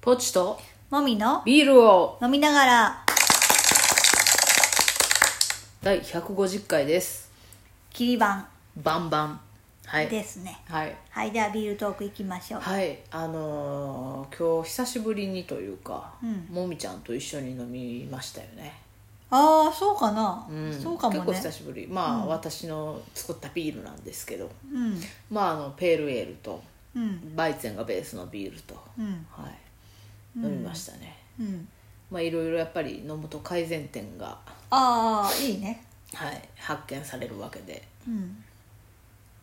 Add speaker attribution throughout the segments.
Speaker 1: ポチと
Speaker 2: もみの
Speaker 1: ビールを
Speaker 2: 飲みながら
Speaker 1: 第150回です
Speaker 2: 切り番
Speaker 1: バンバンはい
Speaker 2: ですね
Speaker 1: はい
Speaker 2: はい、ではビールトークいきましょう
Speaker 1: はいあのー今日久しぶりにというか、
Speaker 2: うん
Speaker 1: もみちゃんと一緒に飲みましたよね、
Speaker 2: ああそうかな、
Speaker 1: うん
Speaker 2: そうかもね
Speaker 1: 結構久しぶりまあ、私の作ったビールなんですけど
Speaker 2: うん
Speaker 1: まああのペールエールと
Speaker 2: うん
Speaker 1: バイツェンがベースのビールと、
Speaker 2: うん
Speaker 1: はい
Speaker 2: うん
Speaker 1: 飲みましたね、
Speaker 2: うん
Speaker 1: まあいろいろやっぱり飲むと改善点が
Speaker 2: ああいいね
Speaker 1: はい発見されるわけで
Speaker 2: うん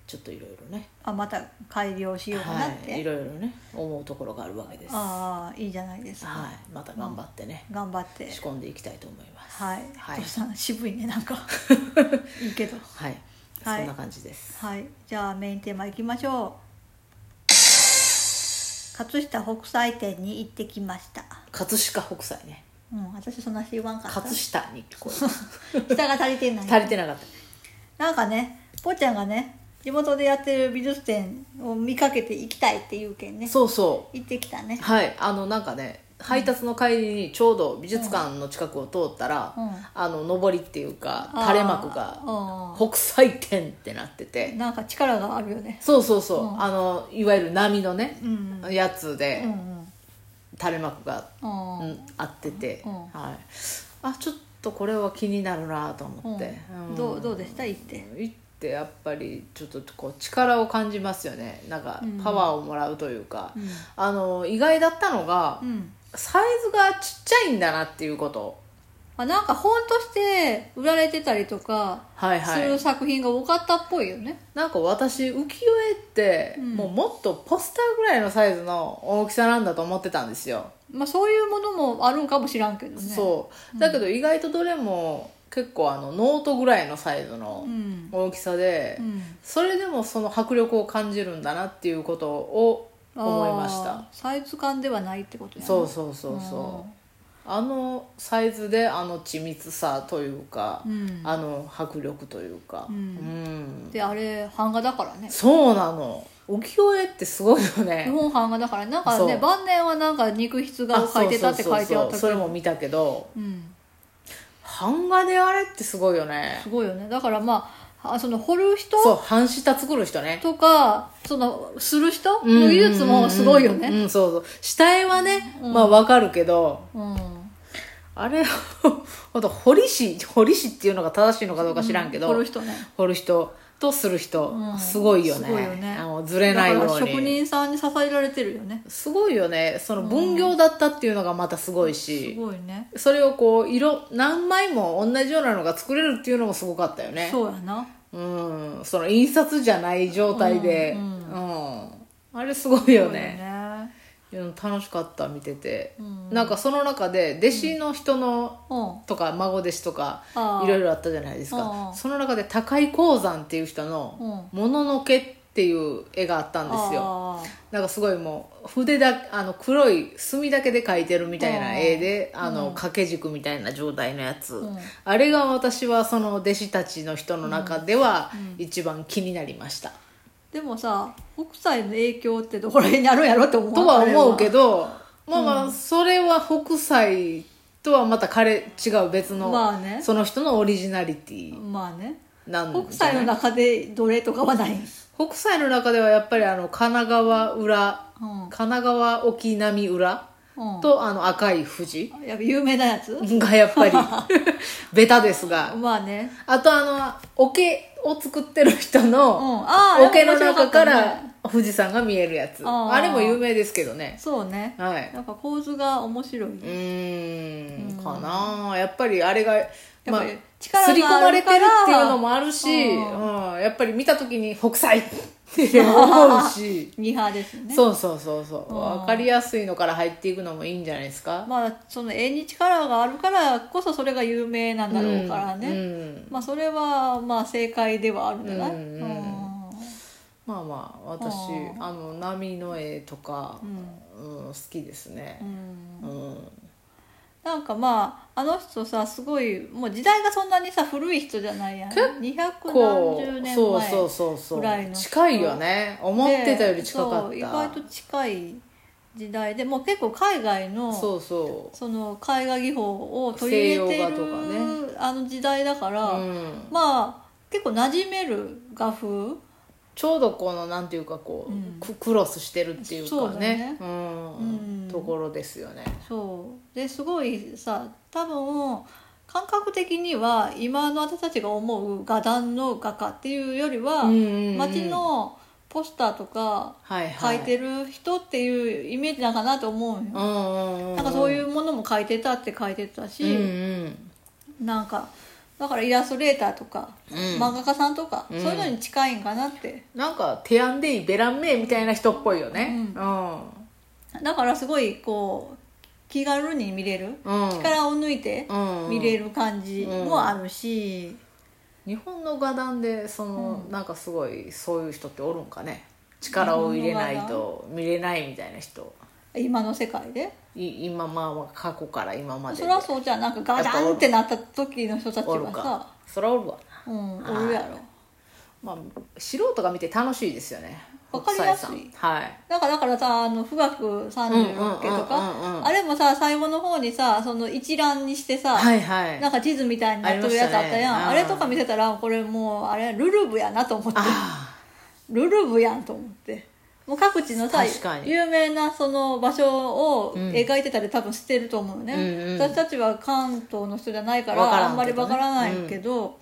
Speaker 1: ちょっといろいろね
Speaker 2: あまた改良しようかなって、
Speaker 1: はい、いろいろね思うところがあるわけですは
Speaker 2: ああいいじゃないですか、
Speaker 1: いまた頑張ってね、
Speaker 2: 頑張って
Speaker 1: 仕込んでいきたいと思います
Speaker 2: はい、
Speaker 1: はい
Speaker 2: お父、さん渋いねなん かいいけど
Speaker 1: はい
Speaker 2: はい
Speaker 1: そんな感じです
Speaker 2: はいじゃあメインテーマいきましょう葛飾北斎店に行ってきました
Speaker 1: 葛飾北斎ね
Speaker 2: うん私そんなし言わんかった
Speaker 1: 葛下に聞こえる
Speaker 2: 下が足りてな い
Speaker 1: 足りてなかっ
Speaker 2: なんかねぽーちゃんがね地元でやってる美術展を見かけて行きたいっていうけん
Speaker 1: た
Speaker 2: ね
Speaker 1: そうそ
Speaker 2: 行ってきたね
Speaker 1: うはいあのなんかね配達の帰りにちょうど美術館の近くを通ったら、
Speaker 2: うん
Speaker 1: あの上りっていうか垂れ幕が「
Speaker 2: あー
Speaker 1: 北斎展」ってなってて、
Speaker 2: うんなんか力があるよね
Speaker 1: そうそうそう、
Speaker 2: うん
Speaker 1: あのいわゆる波のね
Speaker 2: う、んうん
Speaker 1: やつ
Speaker 2: う
Speaker 1: で
Speaker 2: ん
Speaker 1: 垂れ幕が
Speaker 2: うん
Speaker 1: うん、あってて、
Speaker 2: うん
Speaker 1: はい、あちょっとこれは気になるなと思って、
Speaker 2: うんどうどうでした行って
Speaker 1: 行ってやっぱりちょっとこう力を感じますよねなんか
Speaker 2: うん
Speaker 1: パワーをもらうというか、
Speaker 2: うん
Speaker 1: あの意外だったのが、
Speaker 2: うん
Speaker 1: サイズがちっちゃいんだなっていうこと
Speaker 2: あなんか本として売られてたりとか
Speaker 1: はい
Speaker 2: す
Speaker 1: は
Speaker 2: る
Speaker 1: い
Speaker 2: 作品が多かったっぽいよね、
Speaker 1: なんか私浮世絵って、
Speaker 2: うん
Speaker 1: もうもっとポスターぐらいのサイズの大きさなんだと思ってたんですよ、
Speaker 2: まあそういうものもあるんかもしらんけどね
Speaker 1: そうだけど意外とどれも結構あのノートぐらいのサイズの
Speaker 2: うん、
Speaker 1: 大きさで、
Speaker 2: うん、
Speaker 1: それでもその迫力を感じるんだなっていうことを思いました
Speaker 2: あーサイズ感ではないってことやな
Speaker 1: そうそうそうそうあのサイズであの緻密さというか、
Speaker 2: うん
Speaker 1: あの迫力というか
Speaker 2: うん
Speaker 1: うん
Speaker 2: であれ版画だからね
Speaker 1: そうなの浮世絵ってすごいよ
Speaker 2: 日
Speaker 1: ね
Speaker 2: 本版画だからなんか
Speaker 1: そ
Speaker 2: ね
Speaker 1: う
Speaker 2: 晩年はなんか肉筆画を描いてたって書いてあった
Speaker 1: あそうそうそうそう
Speaker 2: け
Speaker 1: それ
Speaker 2: ど
Speaker 1: も見たけど
Speaker 2: うん
Speaker 1: 版画であれってすごいよね
Speaker 2: すごいよねだからまああその彫る人
Speaker 1: そう半下作る人ね
Speaker 2: とかそのする人
Speaker 1: うんうんうん
Speaker 2: の技術もすごいよ
Speaker 1: う
Speaker 2: ね
Speaker 1: ん、そうそう。下絵はね、まあわかるけど、
Speaker 2: うん
Speaker 1: あれを、 ほんと、彫り師、彫り師っていうのが正しいのかどうか知らんけど、
Speaker 2: 彫る人ね
Speaker 1: 彫る人とする人、
Speaker 2: うん
Speaker 1: すごいよね。
Speaker 2: すごいよね
Speaker 1: あのずれないよう
Speaker 2: だから職
Speaker 1: に。
Speaker 2: 人さんに支えられてるよね
Speaker 1: すごいよね。その分業だったっていうのがまたすごい
Speaker 2: す
Speaker 1: し、
Speaker 2: ごいね
Speaker 1: それをこう、色、何枚も同じようなのが作れるっていうのもすごかったよね。
Speaker 2: そうやな
Speaker 1: うん。その印刷じゃない状態で、う
Speaker 2: う
Speaker 1: んん。あれすごいよ
Speaker 2: そう
Speaker 1: ね。
Speaker 2: やね
Speaker 1: いや楽しかった見てて、
Speaker 2: うん
Speaker 1: なんかその中で弟子の人の、
Speaker 2: うん
Speaker 1: とか孫弟子とか
Speaker 2: あー
Speaker 1: いろいろあったじゃないです
Speaker 2: うん
Speaker 1: か
Speaker 2: うん
Speaker 1: その中で高井鉱山っていう人の「もののけ」っていう絵があったんですよ
Speaker 2: あ
Speaker 1: なんかすごいもう筆だあの黒い墨だけで描いてるみたいな絵であの掛け軸みたいな状態のやつ、
Speaker 2: ん
Speaker 1: あれが私はその弟子たちの人の中では一番気になりました、
Speaker 2: ーでもさ北斎の影響ってどこら辺にあるんやろって思う
Speaker 1: とは思うけ
Speaker 2: ど
Speaker 1: どまあまあそれは北斎とはまた彼違う別の、
Speaker 2: まあね
Speaker 1: その人のオリジナリティ
Speaker 2: まあね
Speaker 1: なん
Speaker 2: 北斎の
Speaker 1: 中
Speaker 2: 中でどれとかはない、
Speaker 1: 北斎の中ではやっぱりあの神奈川裏
Speaker 2: うん
Speaker 1: 神奈川沖浪裏
Speaker 2: うん、
Speaker 1: とあの赤い富士
Speaker 2: やっぱ有名なやつ
Speaker 1: がやっ ぱりベタですが
Speaker 2: まあね
Speaker 1: あとあの桶を作ってる人
Speaker 2: うん
Speaker 1: の
Speaker 2: ああ
Speaker 1: 桶の中か
Speaker 2: 面白った
Speaker 1: ら
Speaker 2: ね
Speaker 1: 富士山が見えるやつ
Speaker 2: あー
Speaker 1: あれも有名ですけどね
Speaker 2: そうね
Speaker 1: はい
Speaker 2: なんか構図が面白いう
Speaker 1: ーんかなあやっぱりあれが、
Speaker 2: ぱり
Speaker 1: まあ、
Speaker 2: 力が
Speaker 1: 刷り込まれてるっていうのもある
Speaker 2: あ
Speaker 1: し、
Speaker 2: る
Speaker 1: う
Speaker 2: か
Speaker 1: んやっぱり見た時に「北斎!」って思う し
Speaker 2: ニハですね
Speaker 1: そうそうそうそう
Speaker 2: うん
Speaker 1: 分かりやすいのから入っていくのもいいんじゃないですか、
Speaker 2: まあその絵に力があるからこそそれが有名なんだろうからね、
Speaker 1: うんうん
Speaker 2: まあそれはまあ正解ではあるんじゃない、
Speaker 1: う
Speaker 2: うんん
Speaker 1: うんまあまあ私
Speaker 2: うん
Speaker 1: あの波の絵とか、
Speaker 2: うん
Speaker 1: うん好きですね
Speaker 2: う、ん
Speaker 1: うん
Speaker 2: なんかまああの人さすごいもう時代がそんなにさ古い人じゃないやん2
Speaker 1: こ
Speaker 2: 0
Speaker 1: う
Speaker 2: 何十年前
Speaker 1: そうそうそうそ
Speaker 2: ぐらいの
Speaker 1: う
Speaker 2: 人
Speaker 1: 近いよね思ってたより近か
Speaker 2: でそう
Speaker 1: っ
Speaker 2: 意
Speaker 1: た
Speaker 2: 外と近い時代でもう結構海外の
Speaker 1: そうそ
Speaker 2: その絵画技法を取り入れて
Speaker 1: 西
Speaker 2: いる、
Speaker 1: 洋画とかね
Speaker 2: あの時代だから、
Speaker 1: う、うん、
Speaker 2: まあ結構馴染める画風
Speaker 1: ちょうどこのなんていうかこう、
Speaker 2: うん
Speaker 1: ククロスしてるっていう
Speaker 2: そ
Speaker 1: か
Speaker 2: うだ
Speaker 1: ね
Speaker 2: ね
Speaker 1: うん
Speaker 2: うん
Speaker 1: ところですよね
Speaker 2: そうですごいさ多分感覚的には今の私たちが思う画壇の画家っていうよりは、
Speaker 1: うんうんうん
Speaker 2: 街のポスターとか
Speaker 1: はいは
Speaker 2: 描
Speaker 1: い
Speaker 2: いてる人っていうイメージなんかなと思うよ、
Speaker 1: うんうんうん
Speaker 2: なんかそういううものも描いてたって書いてた
Speaker 1: うん
Speaker 2: し、なんかだからイラストレーターとか、
Speaker 1: うん
Speaker 2: 漫画家さんとか、
Speaker 1: うん
Speaker 2: そういうのに近いんかなって
Speaker 1: うん、なんかテアンデイベランメイみたいな人っぽいよねう、
Speaker 2: うんだからすごいこう気軽に見れる、
Speaker 1: うん
Speaker 2: 力を抜いて
Speaker 1: うん、
Speaker 2: 見れる感じもあるし、
Speaker 1: 日本の画壇でその、なんかすごいそういう人っておるんかね力を入れないと見れないみたいな人
Speaker 2: 今の世界で
Speaker 1: い今まあまあ過去から今までで
Speaker 2: そりゃそうじゃんなんかガダンってなった時の人たち
Speaker 1: おる
Speaker 2: は
Speaker 1: か
Speaker 2: さ
Speaker 1: そらおるわな
Speaker 2: うんおるやろ
Speaker 1: まあ、素人が見て楽しいですよね
Speaker 2: わかりやすい
Speaker 1: 北斎さんはい
Speaker 2: だからだからさあの富岳三十六景と
Speaker 1: うんうんうんうん
Speaker 2: かあれもさ最後の方にさその一覧にしてさ、
Speaker 1: はいはい
Speaker 2: なんか地図みたいになってるやつあったやんあ
Speaker 1: ありましたね
Speaker 2: れとか見せたらこれもうあれルルブやなと思って
Speaker 1: あ
Speaker 2: ルルブやんと思ってもう各地のさ
Speaker 1: 確かに
Speaker 2: 有名なその場所を描いてたり多分してると思うね、
Speaker 1: うんうん
Speaker 2: 私たちは関東の人じゃないから
Speaker 1: わからんけどね
Speaker 2: あんまりわからないけど、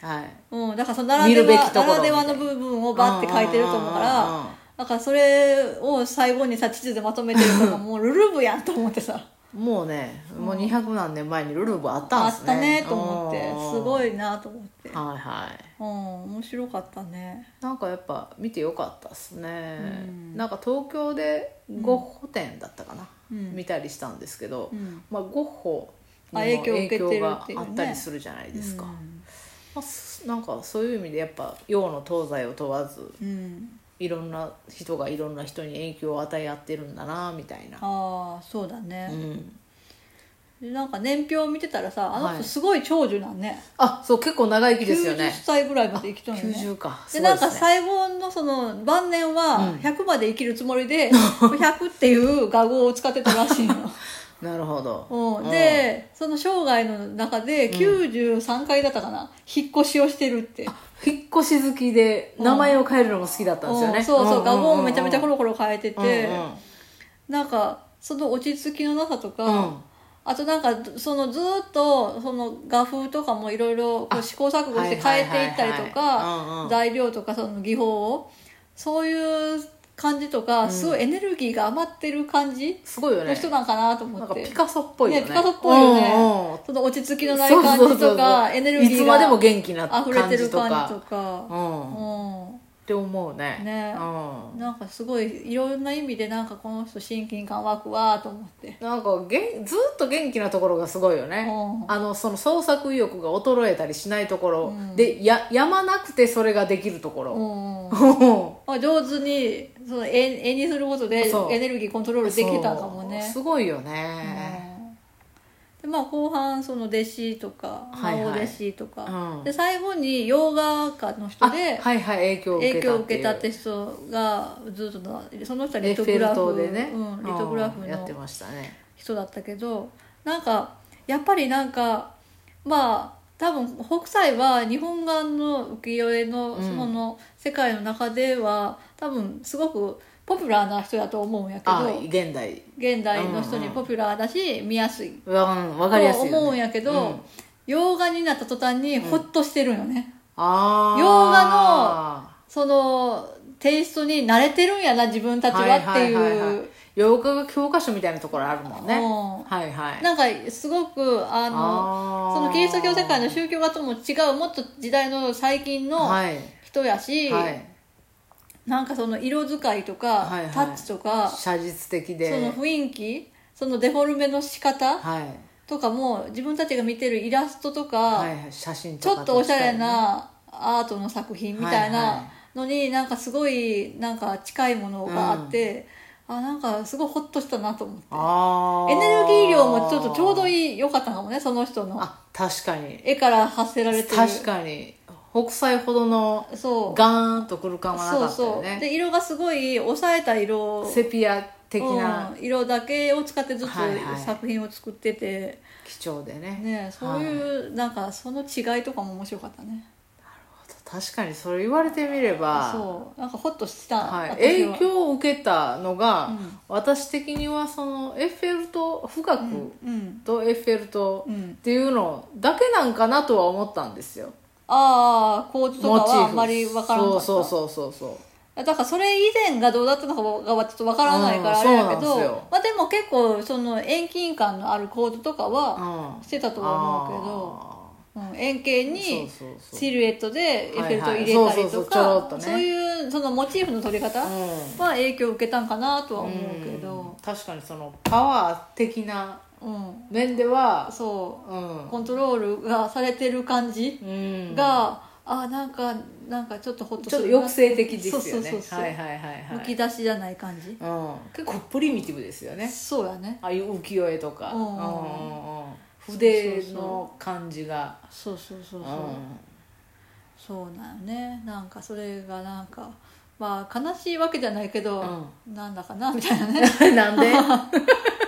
Speaker 1: あはい
Speaker 2: うん、だからそのなら
Speaker 1: 見
Speaker 2: で
Speaker 1: る
Speaker 2: は
Speaker 1: べきところ
Speaker 2: ならではの部分をバッて書いてると思うか
Speaker 1: うんうんうんうん
Speaker 2: らだからそれを最後にさ地図でまとめてるとかもうルルブやんと思ってさ
Speaker 1: もうねもう200何年前にルル ブあった
Speaker 2: あ
Speaker 1: んで
Speaker 2: っ
Speaker 1: すね
Speaker 2: たねと思ってすご
Speaker 1: い
Speaker 2: いなと思って、うん、
Speaker 1: はいはい
Speaker 2: 面白かったね
Speaker 1: なんかやっぱ見てよかったっすね、
Speaker 2: うん
Speaker 1: なんか東京でゴッホ展だったかな、
Speaker 2: うん
Speaker 1: 見たりしたんですけど、
Speaker 2: うん
Speaker 1: まあ、ゴッホにも
Speaker 2: あ影響を受けてるってい
Speaker 1: 影
Speaker 2: うね
Speaker 1: 響があったりするじゃないですか、
Speaker 2: う
Speaker 1: ま
Speaker 2: ん
Speaker 1: あすなんかそういう意味でやっぱ洋の東西を問わず
Speaker 2: うん、
Speaker 1: いろんな人がいろんな人に影響を与え合ってるんだなみたいな、
Speaker 2: ああそうだね
Speaker 1: う、ん、
Speaker 2: でなんか年表を見てたらさあの
Speaker 1: は
Speaker 2: 人
Speaker 1: い
Speaker 2: すごい長寿なんね,、
Speaker 1: あそう結構長生きですよ
Speaker 2: 90
Speaker 1: ね
Speaker 2: 歳ぐらいまで生きとんよね
Speaker 1: 90か
Speaker 2: で
Speaker 1: ご
Speaker 2: す
Speaker 1: い
Speaker 2: なん
Speaker 1: です
Speaker 2: か
Speaker 1: ね
Speaker 2: 細胞のその晩年は
Speaker 1: うん
Speaker 2: 100まで生きるつも りで、100っていう画号を使ってたらしい
Speaker 1: なるほど、
Speaker 2: の、うん、でその生涯の中で93回だったかな、引っ越しをしてるって
Speaker 1: 引っ越し好きで名前を変えるのも好きだったんですよね、
Speaker 2: うんそうそう,、
Speaker 1: んんん
Speaker 2: 画号をめちゃめちゃコロコロ変えてて、
Speaker 1: うんうん
Speaker 2: なんかその落ち着きのなさとか、
Speaker 1: うん
Speaker 2: あとなんかそのずーっとその画風とかもいろいろこう試行錯誤して変えていった
Speaker 1: はいは
Speaker 2: りと
Speaker 1: いはいはいうんう
Speaker 2: か
Speaker 1: ん
Speaker 2: 材料とかその技法をそういう感じとかすごいエネルギーが余ってる感じ
Speaker 1: すごいよ
Speaker 2: の
Speaker 1: ね
Speaker 2: 人なんかなと思
Speaker 1: なん
Speaker 2: っ
Speaker 1: か
Speaker 2: て
Speaker 1: ピカソっぽいよね
Speaker 2: ねピカソっぽいよね
Speaker 1: うんうん
Speaker 2: その落ち着きのない
Speaker 1: そう
Speaker 2: 感
Speaker 1: そうそう
Speaker 2: じとかエネルギ
Speaker 1: いつ
Speaker 2: ー
Speaker 1: までも
Speaker 2: が
Speaker 1: 元気な感
Speaker 2: 溢れて
Speaker 1: じ
Speaker 2: る
Speaker 1: と
Speaker 2: 感じ
Speaker 1: かう
Speaker 2: とかうん
Speaker 1: っ
Speaker 2: ん
Speaker 1: て思うね
Speaker 2: ね
Speaker 1: うん
Speaker 2: なんかすごいいろんな意味でなんかこの人親近感湧くわと思って
Speaker 1: なんかげんずっと元気なところがすごいよね
Speaker 2: うん
Speaker 1: あのその創作意欲が衰えたりしないところでややまなくてそれができるとこ
Speaker 2: う
Speaker 1: ろ
Speaker 2: ん
Speaker 1: うん
Speaker 2: まあ、上手にその絵絵にすることで
Speaker 1: そう
Speaker 2: エネルギーコントロールできてたかもね
Speaker 1: そう。すごいよね
Speaker 2: うんでまあ、後半その弟子とか
Speaker 1: はいはい
Speaker 2: 孫弟子とか、
Speaker 1: うん
Speaker 2: で最後に洋画家の人
Speaker 1: あ
Speaker 2: で
Speaker 1: はいはい影響を受けた
Speaker 2: 影響を受けたっ
Speaker 1: いう
Speaker 2: て人がずっとなその人は
Speaker 1: エ
Speaker 2: リ
Speaker 1: ッフ
Speaker 2: ト
Speaker 1: ェ
Speaker 2: グラ
Speaker 1: ル
Speaker 2: フ
Speaker 1: 塔でね
Speaker 2: うん、リトグラフ
Speaker 1: うんやって
Speaker 2: の
Speaker 1: ましたね
Speaker 2: 人だったけどなんかやっぱりなんかまあ多分北斎は日本画の浮世絵の
Speaker 1: うん
Speaker 2: その世界の中では、多分すごくポピュラーな人だと思うんやけ
Speaker 1: あ
Speaker 2: ど
Speaker 1: 現代
Speaker 2: 現代の人にポピュラーだし、見やすい
Speaker 1: うんわ
Speaker 2: と
Speaker 1: かりやすいよね
Speaker 2: 思うんやけど、
Speaker 1: うん
Speaker 2: 洋画になった途端にホッとしてるんよね、
Speaker 1: あー
Speaker 2: 洋画そのテイストに慣れてるんやな自分たちはっていう、
Speaker 1: はははは洋画が教科書みたいなところあるもんね
Speaker 2: うん
Speaker 1: はいはい
Speaker 2: なんかすごくあの
Speaker 1: あー
Speaker 2: そのキリスト教世界の宗教画とも違うもっと時代の最近の
Speaker 1: はい
Speaker 2: 人やし、
Speaker 1: はい
Speaker 2: なんかその色使いとか、
Speaker 1: はいはい
Speaker 2: タッチとかそ
Speaker 1: 写実的で
Speaker 2: の雰囲気そのデフォルメの仕方
Speaker 1: はい
Speaker 2: とかも自分たちが見てるイラストとか、
Speaker 1: はいはい写真
Speaker 2: ち
Speaker 1: とか
Speaker 2: ょっとおしゃれ
Speaker 1: 確か
Speaker 2: なアートの作品みたい
Speaker 1: はいは
Speaker 2: なのになんかすごいなんか近いものがあって、あなんかすごいホッとしたなと思って
Speaker 1: にあ
Speaker 2: エネルギー量もちょっとちょうど
Speaker 1: い
Speaker 2: いい良かったかもねその人の
Speaker 1: あ確かに
Speaker 2: 絵から発せられてる
Speaker 1: 確かに北斎ほどの
Speaker 2: そう
Speaker 1: ガーンとくる感はな
Speaker 2: そ
Speaker 1: か
Speaker 2: う
Speaker 1: ったよ
Speaker 2: そう
Speaker 1: ね
Speaker 2: で色がすごい抑えた色
Speaker 1: セピア的な
Speaker 2: うん色だけを使ってずつ
Speaker 1: はいはい
Speaker 2: 作品を作ってて、
Speaker 1: 貴重でね
Speaker 2: ね、そう
Speaker 1: はいなる
Speaker 2: いう、なんかその違いとかも面白かったね
Speaker 1: ほど確かにそれ言われてみれば、
Speaker 2: そうなんかホッとした、
Speaker 1: はい、
Speaker 2: 私は
Speaker 1: 影響を受けたのが、
Speaker 2: うん
Speaker 1: 私的にはそのエッフェル塔深く、
Speaker 2: うん
Speaker 1: とエッフェル塔
Speaker 2: うんうん
Speaker 1: っていうのだけなんかなとは思ったんですよ
Speaker 2: ああ構図とか
Speaker 1: モチー
Speaker 2: は
Speaker 1: フ
Speaker 2: あんまりわからなかった
Speaker 1: そうそうそうそうそう
Speaker 2: だからそれ以前がどうだったのかはちょっとわからないからあれだけど、
Speaker 1: うんそうなんですよ
Speaker 2: まあ、でも結構その遠近感のあるコードとかは
Speaker 1: うん
Speaker 2: してたとは思うけど、うん、円形
Speaker 1: あー
Speaker 2: に
Speaker 1: そうそうそう
Speaker 2: シルエットでエッフェル塔入
Speaker 1: は
Speaker 2: れ
Speaker 1: いは
Speaker 2: た
Speaker 1: い
Speaker 2: り
Speaker 1: そうそ
Speaker 2: と
Speaker 1: うそうちょろ
Speaker 2: か
Speaker 1: っとね
Speaker 2: そういうそのモチーフの取り方は
Speaker 1: う
Speaker 2: 影響を受けたんかなとは
Speaker 1: ん
Speaker 2: 思うけ
Speaker 1: うん
Speaker 2: ど、
Speaker 1: 確かにそのパワー的な
Speaker 2: うん、
Speaker 1: 面では
Speaker 2: そううんコントロールがされてる感じ
Speaker 1: うん
Speaker 2: が、あなんかなんかちょっとホッと
Speaker 1: ち
Speaker 2: す
Speaker 1: ょっと
Speaker 2: るな
Speaker 1: 抑制的ですよね
Speaker 2: そうそうそうそう
Speaker 1: はいはいはいは
Speaker 2: むき
Speaker 1: い
Speaker 2: 出しじゃない感じ、
Speaker 1: うん、結構プリミティブですよね
Speaker 2: そうやね
Speaker 1: ああいう浮世絵とか、
Speaker 2: う
Speaker 1: うんん
Speaker 2: うん
Speaker 1: うんうん、筆の感じが
Speaker 2: そうそうそう
Speaker 1: う
Speaker 2: そ
Speaker 1: ん
Speaker 2: う、そうなよねなんかそれがなんかまあ悲しいわけじゃないけど、なんだかなみたい なね
Speaker 1: なんで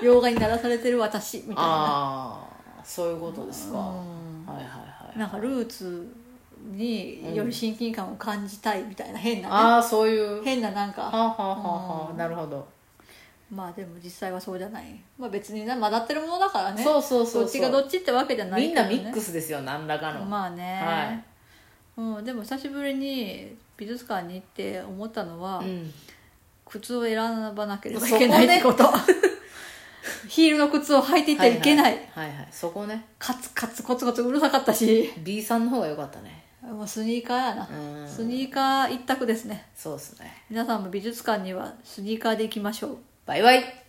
Speaker 2: 洋画に鳴らされてる私みたいな
Speaker 1: ああそういうことですか、
Speaker 2: うん
Speaker 1: はいはいはい
Speaker 2: なんかルーツにより親近感を感じたいみたいな変なね、
Speaker 1: ああそういうは
Speaker 2: 変ななん
Speaker 1: あ
Speaker 2: か
Speaker 1: はあはあはあ
Speaker 2: うん
Speaker 1: なるほど
Speaker 2: まあでも実際はそうじゃないまあ別にな混ざってるものだからね
Speaker 1: そうそうそうそう
Speaker 2: どっちがどっちってわけじゃない
Speaker 1: みんなミ
Speaker 2: けど
Speaker 1: ッ
Speaker 2: ね
Speaker 1: クスですよ何らかの、
Speaker 2: まあね、
Speaker 1: はい
Speaker 2: うん、でも久しぶりに美術館に行って思ったのは、
Speaker 1: うん、
Speaker 2: 靴を選ばなければいけないってこと、
Speaker 1: そこね
Speaker 2: ヒールの靴を履いていってはいけな
Speaker 1: は
Speaker 2: い、
Speaker 1: いはい、はいはい、そこね
Speaker 2: カツカツコツコツうるさかったし
Speaker 1: B さんの方が良かったね
Speaker 2: もうスニーカーやな、
Speaker 1: うん
Speaker 2: スニーカー一択ですね
Speaker 1: そうですね
Speaker 2: 皆さんも美術館にはスニーカーで行きましょう
Speaker 1: バイバイ